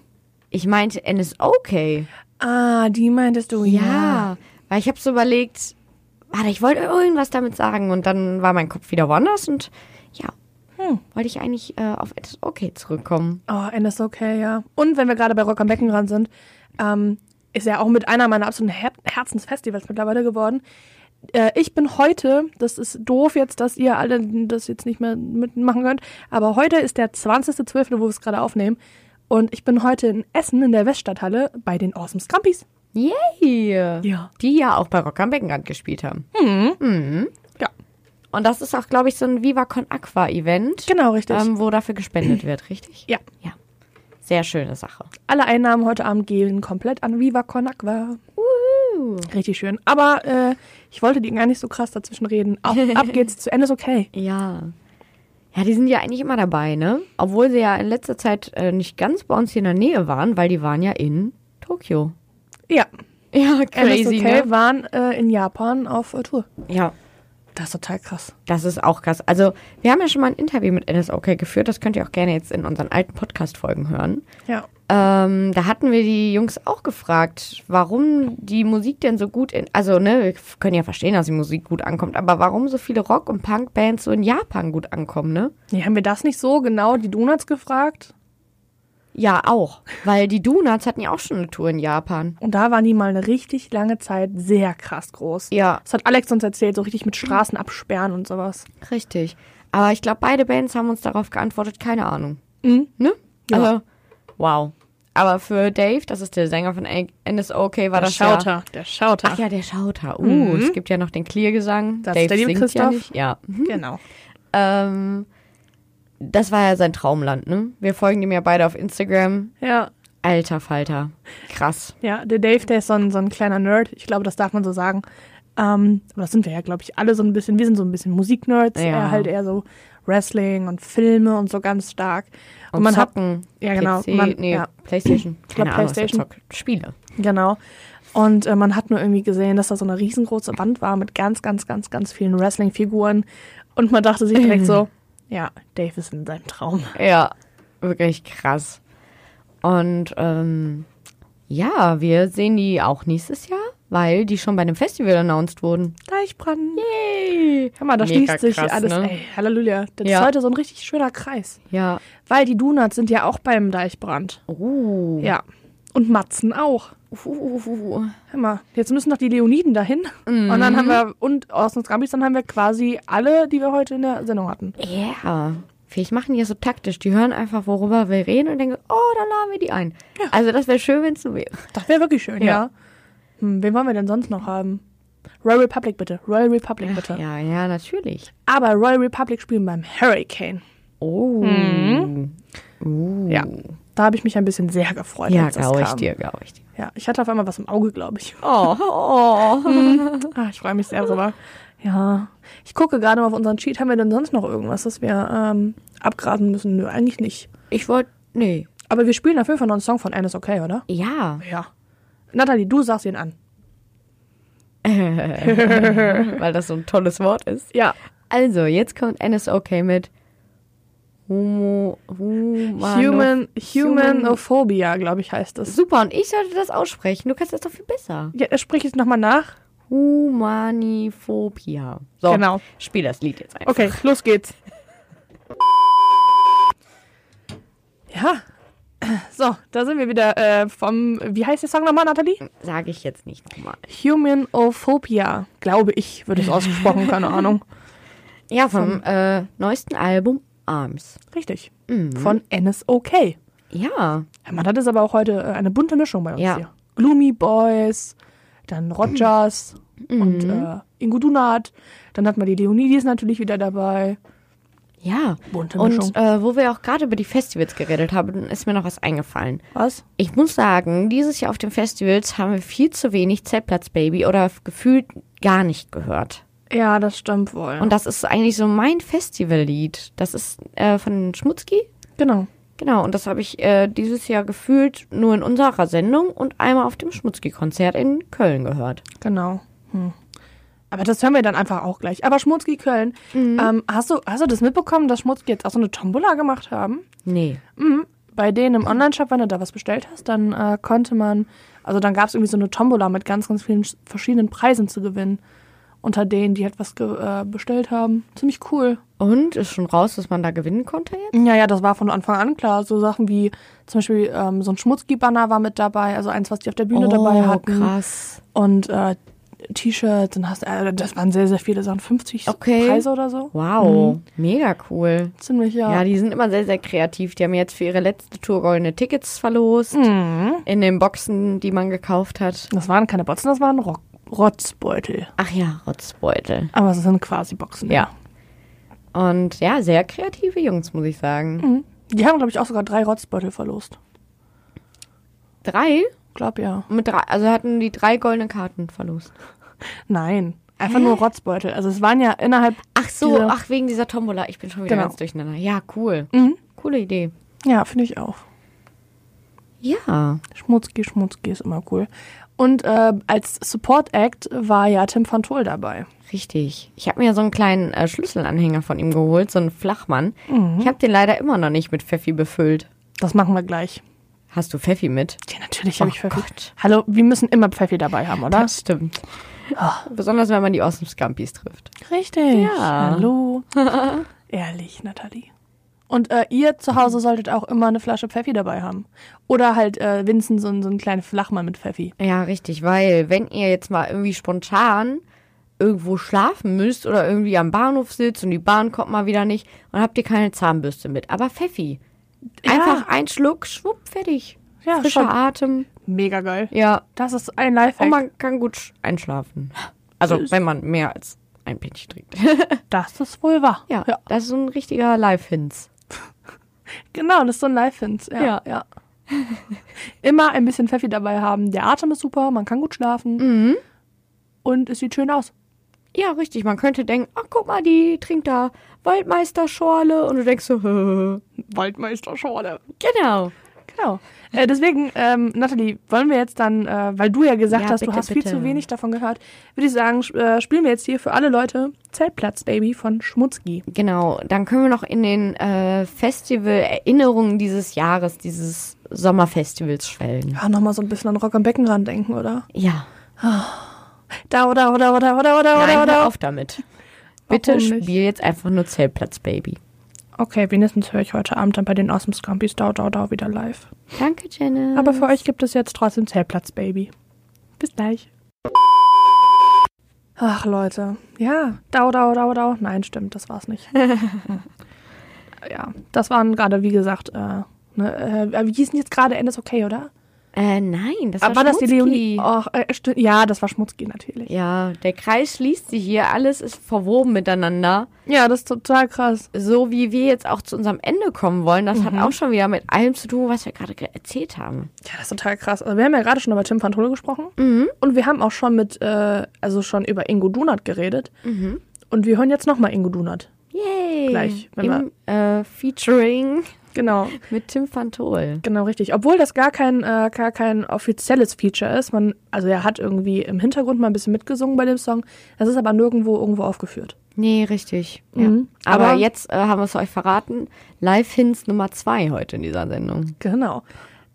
Ich meinte NSOK.
Ah, die meintest du, ja.
Ja, weil ich habe so überlegt, warte, ich wollte irgendwas damit sagen und dann war mein Kopf wieder woanders und ja,
Hm.
wollte ich eigentlich äh, auf NSOK zurückkommen.
Oh, NSOK, ja. Und wenn wir gerade bei Rock am Beckenrand sind, ähm, ist ja auch mit einer meiner absoluten Her Herzensfestivals mittlerweile geworden. Äh, ich bin heute, das ist doof jetzt, dass ihr alle das jetzt nicht mehr mitmachen könnt, aber heute ist der 20.12., wo wir es gerade aufnehmen. Und ich bin heute in Essen in der Weststadthalle bei den Awesome Scampies.
Yay!
Ja.
Die ja auch bei Rock am Beckenrand gespielt haben.
Hm.
Mhm.
Ja,
Und das ist auch, glaube ich, so ein Viva Con Aqua Event.
genau richtig.
Ähm, wo dafür gespendet wird, richtig?
ja,
Ja. Sehr schöne Sache.
alle Einnahmen heute Abend gehen komplett an Viva Con Aqua. Richtig schön. Aber äh, ich wollte die gar nicht so krass dazwischen reden. Ab, ab geht's zu Ende ist okay.
Ja. Ja, die sind ja eigentlich immer dabei, ne? Obwohl sie ja in letzter Zeit äh, nicht ganz bei uns hier in der Nähe waren, weil die waren ja in Tokio.
Ja,
Ja,
Crazy, NSOK waren äh, in Japan auf äh, Tour.
Ja,
Das ist total krass.
das ist auch krass. Also, wir haben ja schon mal ein Interview mit NSOK geführt, das könnt ihr auch gerne jetzt in unseren alten Podcast-Folgen hören.
Ja.
Ähm, da hatten wir die Jungs auch gefragt, warum die Musik denn so gut in, also ne, wir können ja verstehen, dass die Musik gut ankommt, aber warum so viele Rock- und Punk-Bands so in Japan gut ankommen, ne?
Nee, haben wir das nicht so genau die Donuts gefragt?
Ja, auch. Weil die Donuts hatten ja auch schon eine Tour in Japan.
Und da waren die mal eine richtig lange Zeit sehr krass groß.
Ja.
Das hat Alex uns erzählt, so richtig mit Straßen absperren und sowas.
Richtig. Aber ich glaube, beide Bands haben uns darauf geantwortet, keine Ahnung. Ne?
Mhm. Ja.
Also, wow. Aber für Dave, das ist der Sänger von A- NSOK, war das ja...
der Schauter. Mhm.
Ach ja, der Schauter. Uh, es gibt ja noch den Clear-Gesang.
Das ist
Dave
der liebe
singt ja
Christoph.
nicht. Ja.
Genau.
Ähm, das war ja sein Traumland, ne? Wir folgen ihm ja beide auf Instagram.
Ja,
Alter Falter. Krass.
ja, der Dave, der ist so ein, so ein kleiner Nerd. Ich glaube, das darf man so sagen. Ähm, aber das sind wir ja, glaube ich, alle so ein bisschen. Wir sind so ein bisschen Musiknerds.
Ja.
Er halt eher so Wrestling und Filme und so ganz stark. Und, man hat
zocken.
ja, genau,
PC,
man-
nee,
ja.
Playstation. Keine Ahnung,
Playstation.
Was er zockt. Spiele.
Genau. Und äh, man hat nur irgendwie gesehen, dass da so eine riesengroße Wand war mit ganz, ganz, ganz, ganz vielen Wrestling-Figuren. Und man dachte sich direkt so, ja, Dave ist in seinem Traum.
Ja, wirklich krass. Und ähm, ja, wir sehen die auch nächstes Jahr, weil die schon bei einem Festival announced wurden.
Deichbrand.
Hey.
Hör mal, da
Mega
schließt sich
krass,
alles.
ne?
Ey, Halleluja. Das
Ja.
ist heute so ein richtig schöner Kreis.
Ja.
Weil die Donuts sind ja auch beim Deichbrand.
Uh.
Ja. Und Matzen auch.
Uh, uh, uh, uh.
Hör mal, jetzt müssen noch die Leoniden dahin. Und dann
Mhm.
haben wir, und aus uns Gambis, dann haben wir quasi alle, die wir heute in der Sendung hatten.
Ja. Vielleicht machen die ja so taktisch. Die hören einfach, worüber wir reden und denken, oh, dann laden wir die ein. Also das wäre schön, wenn es so wäre.
Das wäre wirklich schön, ja.
Ja.
Hm, wen wollen wir denn sonst noch haben? Royal Republic bitte, Royal Republic bitte.
Ja, ja, natürlich.
Aber Royal Republic spielen beim Hurricane.
Oh.
Ja, da habe ich mich ein bisschen sehr gefreut.
Uh. Ja,
als das
glaube ich
kam.
dir, glaube ich dir.
Ja, ich hatte auf einmal was im Auge, glaube ich.
Oh, oh.
Ah, ich freue mich sehr drüber. Ja, ich gucke gerade mal auf unseren Cheat. Haben wir denn sonst noch irgendwas, das wir ähm, abgrasen müssen? Nö, eigentlich nicht.
Ich wollte, nee.
Aber wir spielen auf jeden Fall noch einen Song von Anne ist okay, oder?
Ja.
Ja. Nathalie, du sagst ihn an.
weil das so ein tolles Wort ist.
Ja.
Also, jetzt kommt NSOK mit Homo, Humano,
Human, Humanophobia, glaube ich, heißt es.
Super, und ich sollte das aussprechen. Du kannst das doch viel besser.
Ja, sprich es nochmal nach.
Humaniphobia. So,
Genau.
spiel das Lied jetzt einfach.
Okay, los geht's. Ja, So, da sind wir wieder äh, vom, wie heißt der Song nochmal, Nathalie?
Sage ich jetzt nicht nochmal.
Humanophobia, glaube ich, wird es ausgesprochen, keine Ahnung.
Ja,
Hm.
vom äh, neuesten Album Arms.
Richtig. Von NSOK. Ja,
Ja,
man, das ist aber auch heute äh, eine bunte Mischung bei uns
Ja.
hier. Gloomy Boys, dann Rogers
Mhm.
und äh, Ingo Dunat. Dann hat man die Leonidis natürlich wieder dabei.
ja.
Bunte Mischung.
Und äh, wo wir auch gerade über die Festivals geredet haben, ist mir noch was eingefallen.
Was?
Ich muss sagen, dieses Jahr auf den Festivals haben wir viel zu wenig Zeltplatzbaby oder gefühlt gar nicht gehört.
Ja, das stimmt wohl.
Und das ist eigentlich so mein Festivallied. Das ist äh, von Schmutzki.
genau.
Genau, und das habe ich äh, dieses Jahr gefühlt nur in unserer Sendung und einmal auf dem Schmutzki-Konzert in Köln gehört.
Genau. Hm. Aber das hören wir dann einfach auch gleich. Aber Schmutzki Köln,
Mhm.
ähm, hast, du, hast du das mitbekommen, dass Schmutzki jetzt auch so eine Tombola gemacht haben?
Nee.
Bei denen im Onlineshop, wenn du da was bestellt hast, dann äh, konnte man, also dann gab es irgendwie so eine Tombola mit ganz, ganz vielen sch- verschiedenen Preisen zu gewinnen. Unter denen, die halt was ge äh, bestellt haben. Ziemlich cool.
Und ist schon raus, dass man da gewinnen konnte jetzt?
Ja, ja, das war von Anfang an klar. So Sachen wie zum Beispiel ähm, so ein Schmutzki-Banner war mit dabei, also eins, was die auf der Bühne dabei hatten.
Oh, krass.
und äh, T-Shirts und hast, äh, das waren sehr, sehr viele Sachen, 50
Okay.
Preise oder so.
Wow, mega cool.
Ziemlich, Mhm. ja.
Ja, die sind immer sehr, sehr kreativ. Die haben jetzt für ihre letzte Tour goldene Tickets verlost.
Mhm.
In den Boxen, die man gekauft hat.
das waren keine Boxen, das waren Rock Rotzbeutel.
Ach ja, Rotzbeutel.
Aber es sind quasi Boxen.
Ja. Und ja, sehr kreative Jungs, muss ich sagen.
Mhm. Hm. Die haben, glaube ich, auch sogar drei Rotzbeutel verlost.
Drei?
Glaub ja.
Mit drei, also hatten die drei goldene Karten verlost.
Nein. Einfach nur Rotzbeutel. Also es waren ja innerhalb.
Ach so,
Diese-
ach wegen dieser Tombola. Ich bin schon wieder
Genau.
ganz durcheinander. Ja, cool. Coole Idee.
Ja, finde ich auch.
Ja.
Schmutzki, Schmutzki ist immer cool. Und äh, als Support Act war ja Tim van Tol dabei.
Richtig. Ich habe mir so einen kleinen äh, Schlüsselanhänger von ihm geholt, so einen Flachmann. Ich habe den leider immer noch nicht mit Pfeffi befüllt.
Das machen wir gleich.
Hast du Pfeffi mit?
Ja, natürlich habe
Oh
ich Pfeffi.
Gott.
Hallo, wir müssen immer Pfeffi dabei haben, oder?
Das stimmt. Besonders wenn man die aus dem Scampis trifft.
Richtig.
Ja.
Hallo. Ehrlich, Nathalie. Und äh, ihr zu Hause solltet auch immer eine Flasche Pfeffi dabei haben. Oder halt äh, Vincent so, einen- so einen kleinen Flachmann mit Pfeffi.
Ja, richtig, weil wenn ihr jetzt mal irgendwie spontan irgendwo schlafen müsst oder irgendwie am Bahnhof sitzt und die Bahn kommt mal wieder nicht und habt ihr keine Zahnbürste mit, aber Pfeffi. Einfach ein Schluck, schwupp, fertig.
Ja,
Frischer
schon.
Atem.
Mega geil. Oh
Ja,
Das ist ein Lifehack.
und man kann gut sch- einschlafen. Also, wenn man mehr als ein Pinchen trinkt.
das ist wohl wahr.
Ja, das ist so ein richtiger Live-Hinz.
Genau, das ist so ein Lifehint. Ja,
Ja.
ja. ja. immer ein bisschen Pfeffi dabei haben. Der Atem ist super, man kann gut schlafen. Und es sieht schön aus.
Ja, richtig. Man könnte denken, ach, guck mal, die trinkt da Waldmeisterschorle. Und du denkst so,
Waldmeister Schorle.
genau.
Genau. Äh, deswegen, ähm, Nathalie, wollen wir jetzt dann, äh, weil du ja gesagt
Ja,
hast,
bitte,
du hast
bitte.
viel zu wenig davon gehört, würde ich sagen, sch- äh, spielen wir jetzt hier für alle Leute Zeltplatz Baby von Schmutzki.
Genau, dann können wir noch in den äh, Festival-Erinnerungen dieses Jahres, dieses Sommerfestivals schwelgen.
Ja, nochmal so ein bisschen an Rock am Beckenrand denken, oder?
Ja,
Da, oder, oder, oder, oder, oder,
Nein,
oder,
hör
oder.
auf damit. Bitte
Warum nicht?
spiel jetzt einfach nur Zeltplatz, Baby.
Okay, wenigstens höre ich heute Abend dann bei den Awesome Scampis Dau, Dau, Dau wieder live.
Danke, Jenna.
Aber für euch gibt es jetzt trotzdem Zeltplatz Baby. Bis gleich. Ach, Leute. Ja, dau, dau, dau, dau. Nein, stimmt, das war's nicht. ja, das waren gerade, wie gesagt, äh, ne, äh, wie hießen jetzt gerade Endes okay, oder?
äh, nein, das
Aber
war
Ah,
Oh.
das die
Schmutzki.
Leonie. Och, äh, sti- ja, das war Schmutzki natürlich.
Ja, der Kreis schließt sich hier, alles ist verwoben miteinander.
Ja, das ist total krass.
So wie wir jetzt auch zu unserem Ende kommen wollen, das hat auch schon wieder mit allem zu tun, was wir gerade ge- erzählt haben.
Ja, das ist total krass. Mhm. Also wir haben ja gerade schon über Tim van Tolle gesprochen. Und wir haben auch schon mit, äh, also schon über Ingo Dunat geredet. Und wir hören jetzt nochmal Ingo Dunat.
Yay!
Gleich, wenn
Im, äh, Featuring
Genau.
mit Tim van Tol.
Genau, richtig. Obwohl das gar kein, äh, gar kein offizielles Feature ist. Man, also er hat irgendwie im Hintergrund mal ein bisschen mitgesungen bei dem Song. Das ist aber nirgendwo irgendwo aufgeführt.
Nee, richtig.
Mhm.
Ja. Aber,
Aber-
jetzt äh, haben wir es euch verraten. Live-Hints Nummer zwei heute in dieser Sendung.
Genau.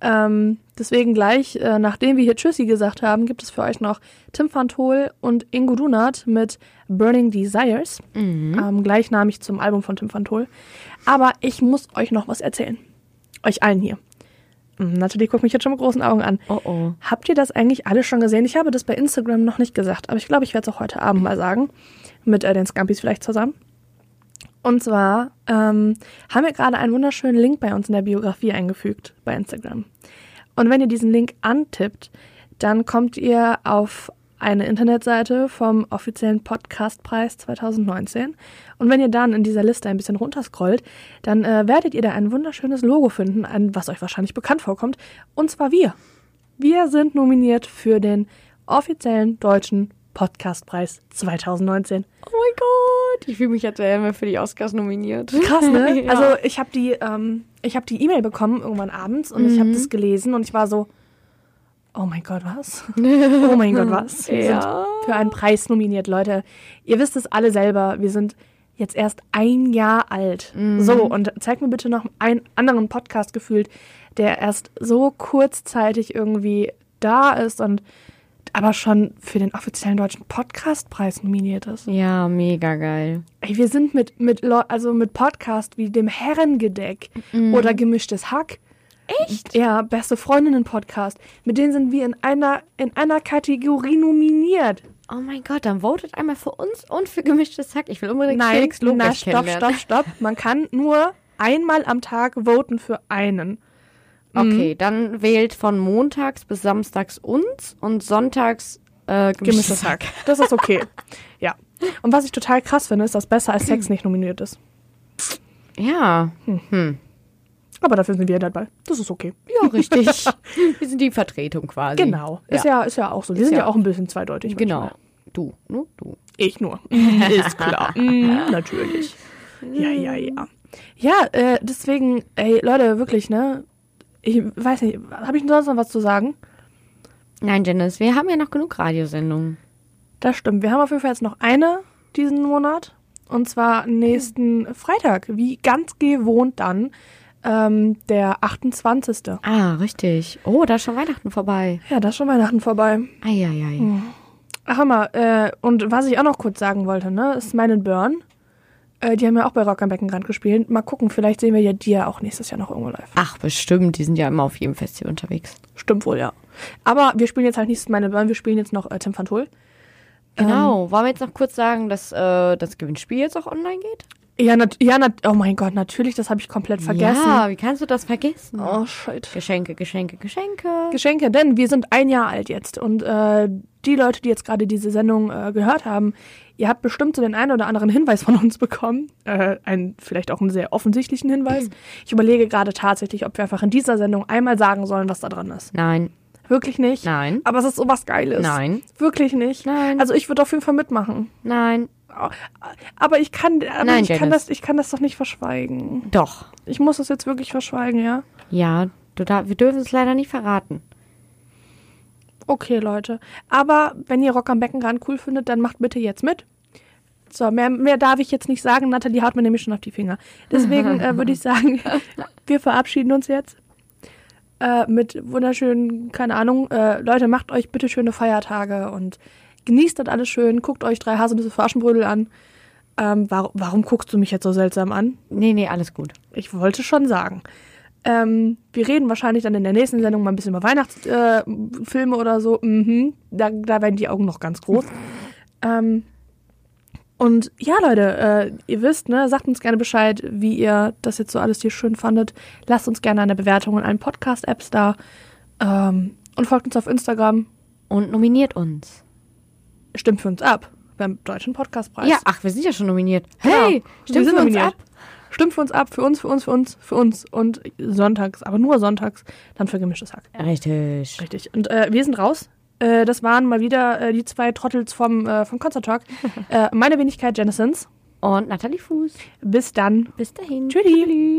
Ähm, deswegen gleich, äh, nachdem wir hier Tschüssi gesagt haben, gibt es für euch noch Tim van Tol und Ingo Dunat mit Burning Desires. Ähm, gleichnamig zum Album von Tim van Tol. Aber ich muss euch noch was erzählen. Euch allen hier. Natalie guckt mich jetzt schon mit großen Augen an.
Oh oh.
Habt ihr das eigentlich alle schon gesehen? Ich habe das bei Instagram noch nicht gesagt, aber ich glaube, ich werde es auch heute Abend mal sagen. Mit äh, den Scampis vielleicht zusammen. Und zwar ähm, haben wir gerade einen wunderschönen Link bei uns in der Biografie eingefügt bei Instagram. Und wenn ihr diesen Link antippt, dann kommt ihr auf eine Internetseite vom offiziellen Podcastpreis 2019. Und wenn ihr dann in dieser Liste ein bisschen runterscrollt, dann äh, werdet ihr da ein wunderschönes Logo finden, ein, was euch wahrscheinlich bekannt vorkommt. Und zwar wir. Wir sind nominiert für den offiziellen deutschen Podcastpreis 2019.
Oh mein Gott. Ich fühle mich, als wären wir für die Oscars nominiert.
Krass, ne?
Ja.
Also ich habe die, ähm, ich habe die E-Mail bekommen irgendwann abends und
Mhm.
ich habe das gelesen und ich war so, oh mein Gott, was? Oh mein Gott, was? Wir
Ja.
sind für einen Preis nominiert, Leute. Ihr wisst es alle selber. Wir sind jetzt erst ein Jahr alt.
Mhm.
So, und zeig mir bitte noch einen anderen Podcast gefühlt, der erst so kurzzeitig irgendwie da ist und aber schon für den offiziellen deutschen Podcastpreis nominiert ist.
Ja, mega geil.
Ey, wir sind mit, mit, Leu- also mit Podcast wie dem Herrengedeck oder gemischtes Hack. Echt? Ja, beste Freundinnen-Podcast. Mit denen sind wir in einer, in einer Kategorie nominiert.
Oh mein Gott, dann votet einmal für uns und für gemischtes Hack. Ich will unbedingt
Nein,
Felix Lobrecht
na, stopp, stopp,
kennenlernen.
stopp. Man kann nur einmal am Tag voten für einen.
Okay, dann wählt von montags bis samstags uns und sonntags äh,
Gemischtes Hack. Das ist okay. ja. Und was ich total krass finde, ist, dass besser als Sex nicht nominiert ist.
Ja,
Aber dafür sind wir dabei. Das ist okay.
ja, richtig. Wir sind die Vertretung quasi.
Genau. Ist ja, ist ja auch so. Wir sind ja,
ja-
auch ein bisschen zweideutig. manchmal.
Genau. Du, nur du.
Ich nur. Ist klar. Mm, Natürlich. Ja, ja, ja. Ja, äh, deswegen, ey, Leute, wirklich, ne? Ich weiß nicht, habe ich denn sonst noch was zu sagen?
Nein, Janice, wir haben ja noch genug Radiosendungen.
Das stimmt. Wir haben auf jeden Fall jetzt noch eine diesen Monat. Und zwar nächsten Freitag, wie ganz gewohnt dann, ähm, der 28.
Ah, richtig. Oh, da ist schon Weihnachten vorbei. Oh.
Ja, das ist schon Weihnachten vorbei.
Eieiei.
Ach, hör mal, äh, und was ich auch noch kurz sagen wollte, ne, ist meine Burn. Äh, die haben ja auch bei Rock am Beckenrand gespielt. Mal gucken, vielleicht sehen wir ja die ja auch nächstes Jahr noch irgendwo live.
Ach, bestimmt. Die sind ja immer auf jedem Festival unterwegs.
Stimmt wohl, ja. Aber wir spielen jetzt halt nicht meine Burn, wir spielen jetzt noch äh, Tim van Tool.
Genau. Wollen wir jetzt noch kurz sagen, dass äh, das Gewinnspiel jetzt auch online geht?
Ja, nat ja nat oh mein Gott, natürlich, das habe ich komplett vergessen.
Ja, wie kannst du das vergessen?
Oh, shit.
Geschenke, Geschenke, Geschenke.
Geschenke, denn wir sind ein Jahr alt jetzt und äh, die Leute, die jetzt gerade diese Sendung äh, gehört haben, ihr habt bestimmt so den einen oder anderen Hinweis von uns bekommen, äh, einen, vielleicht auch einen sehr offensichtlichen
Mhm.
Hinweis. Ich überlege gerade tatsächlich, ob wir einfach in dieser Sendung einmal sagen sollen, was da dran ist.
Nein,
Wirklich nicht?
Nein.
Aber es ist sowas Geiles.
Nein.
Wirklich nicht?
Nein.
Also ich würde auf jeden Fall mitmachen.
nein.
Aber ich kann, aber
Nein,
ich kann
Dennis.
das, ich kann das doch nicht verschweigen.
Doch.
Ich muss das jetzt wirklich verschweigen, ja?
Ja, du darf, wir dürfen es leider nicht verraten.
Okay, Leute. Aber wenn ihr Rock am Beckenrand cool findet, dann macht bitte jetzt mit. So, mehr, mehr darf ich jetzt nicht sagen. Nathalie haut mir nämlich schon auf die Finger. Deswegen äh, würde ich sagen, wir verabschieden uns jetzt. Äh, mit wunderschönen, keine Ahnung. Äh, Leute, macht euch bitte schöne Feiertage und genießt das alles schön. Guckt euch drei Haselnüsse für Aschenbrödel an. Ähm, warum, warum guckst du mich jetzt so seltsam an?
Nee, nee, alles gut.
Ich wollte schon sagen. Ähm, wir reden wahrscheinlich dann in der nächsten Sendung mal ein bisschen über Weihnachtsfilme äh, Filme oder so. Mhm. Da, da werden die Augen noch ganz groß. Ähm, und ja, Leute, äh, ihr wisst, ne, sagt uns gerne Bescheid, wie ihr das jetzt so alles hier schön fandet. Lasst uns gerne eine Bewertung in allen Podcast-Apps da. Ähm, und folgt uns auf Instagram.
Und nominiert uns.
Stimmt für uns ab. Beim Deutschen Podcastpreis.
Ja, ach, wir sind ja schon nominiert.
Genau.
Hey,
Wir sind
stimmt für uns
nominiert.
ab.
Stimmt für uns ab, für uns, für uns, für uns, für uns. Und sonntags, aber nur sonntags, dann für gemischtes Hack.
Richtig.
Richtig. Und äh, wir sind raus. Äh, das waren mal wieder äh, die zwei Trottels vom, äh, vom Concert Talk. äh, meine Wenigkeit, Jennisons.
Und Nathalie Fuß.
Bis dann.
Bis dahin.
Tschüssi.